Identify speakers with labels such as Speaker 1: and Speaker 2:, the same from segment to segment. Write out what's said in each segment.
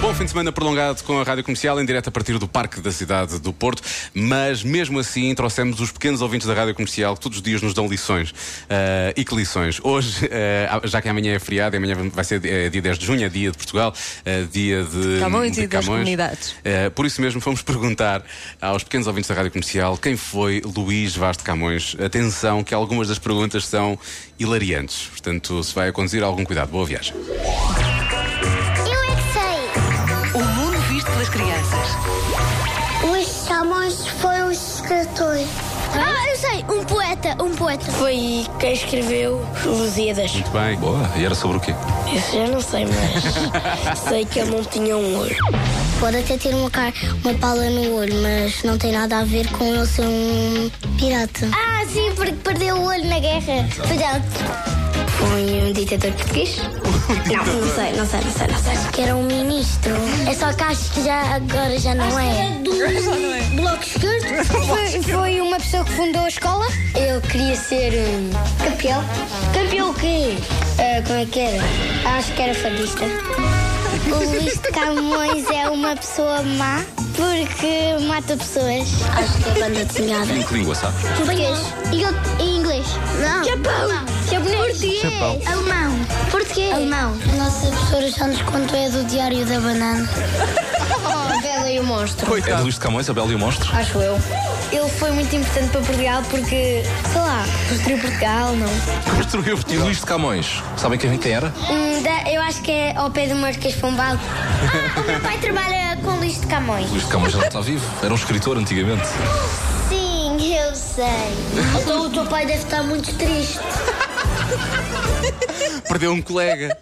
Speaker 1: Bom fim de semana prolongado com a Rádio Comercial, em direto a partir do Parque da Cidade do Porto, mas mesmo assim trouxemos os pequenos ouvintes da Rádio Comercial que todos os dias nos dão lições. Ah, e que lições? Hoje, ah, já que amanhã é feriado, e amanhã vai ser eh, dia 10 de junho, é dia de Portugal, eh, dia de
Speaker 2: Camões
Speaker 1: de
Speaker 2: e das comunidades.
Speaker 1: Eh, por isso mesmo fomos perguntar aos pequenos ouvintes da Rádio Comercial quem foi Luís Vaz de Camões. Atenção que algumas das perguntas são hilariantes, portanto se vai a conduzir algum cuidado. Boa viagem.
Speaker 3: Eu é que sei.
Speaker 4: O mundo visto pelas crianças.
Speaker 3: Os chamões foram os escritores. Ah, eu sei. Um poeta, um poeta.
Speaker 5: Foi quem escreveu Lusíadas.
Speaker 1: Muito bem.
Speaker 6: Boa, e era sobre o quê?
Speaker 5: Isso já não sei, mas sei que ele não tinha um olho.
Speaker 3: Pode até ter uma, cara, uma pala no olho, mas não tem nada a ver com ele ser um pirata. Ah, sim, porque perdeu o olho na guerra. Pronto.
Speaker 5: Foi um ditador português? não, não sei, não sei, não sei, não sei.
Speaker 3: Acho que era um ministro. É só que acho que já, agora já não é. do Bloco Esquerdo. Foi, uma pessoa que fundou a escola. Eu queria ser hum, campeão. Campeão o quê? como é que era? Acho que era fadista. O Luís de Camões é uma pessoa má porque mata pessoas. Acho que é banda desenhada.
Speaker 6: Em que língua, sabe?
Speaker 3: Português. E eu- e inglês. Não. Japão. Japonês. Português. Alemão. Português. Alemão. A nossa professora já nos contou é do Diário da Banana. oh, Bela e o Monstro.
Speaker 6: É de Luís de Camões, a Bela e o Monstro?
Speaker 3: Acho eu. Ele foi muito importante para Portugal porque, sei lá, construiu Portugal, não?
Speaker 6: Construiu E Luís de Camões, sabem quem, quem era?
Speaker 3: eu acho que é ao pé do Marquês Pombal. Ah, o meu pai trabalha com Luís de Camões.
Speaker 6: Luís de Camões já não está vivo, era um escritor antigamente.
Speaker 3: Sim, eu sei. Então o teu pai deve estar muito triste.
Speaker 1: Perdeu um colega.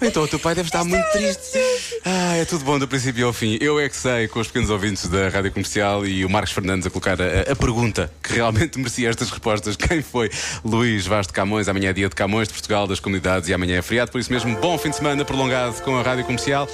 Speaker 1: Então o teu pai deve estar muito triste. Ah, é tudo bom do princípio ao fim. Eu é que sei, com os pequenos ouvintes da Rádio Comercial e o Marcos Fernandes a colocar a, a pergunta que realmente merecia estas respostas. Quem foi Luís Vaz de Camões? Amanhã é dia de Camões, de Portugal, das comunidades e amanhã é feriado. Por isso mesmo, bom fim de semana prolongado com a Rádio Comercial.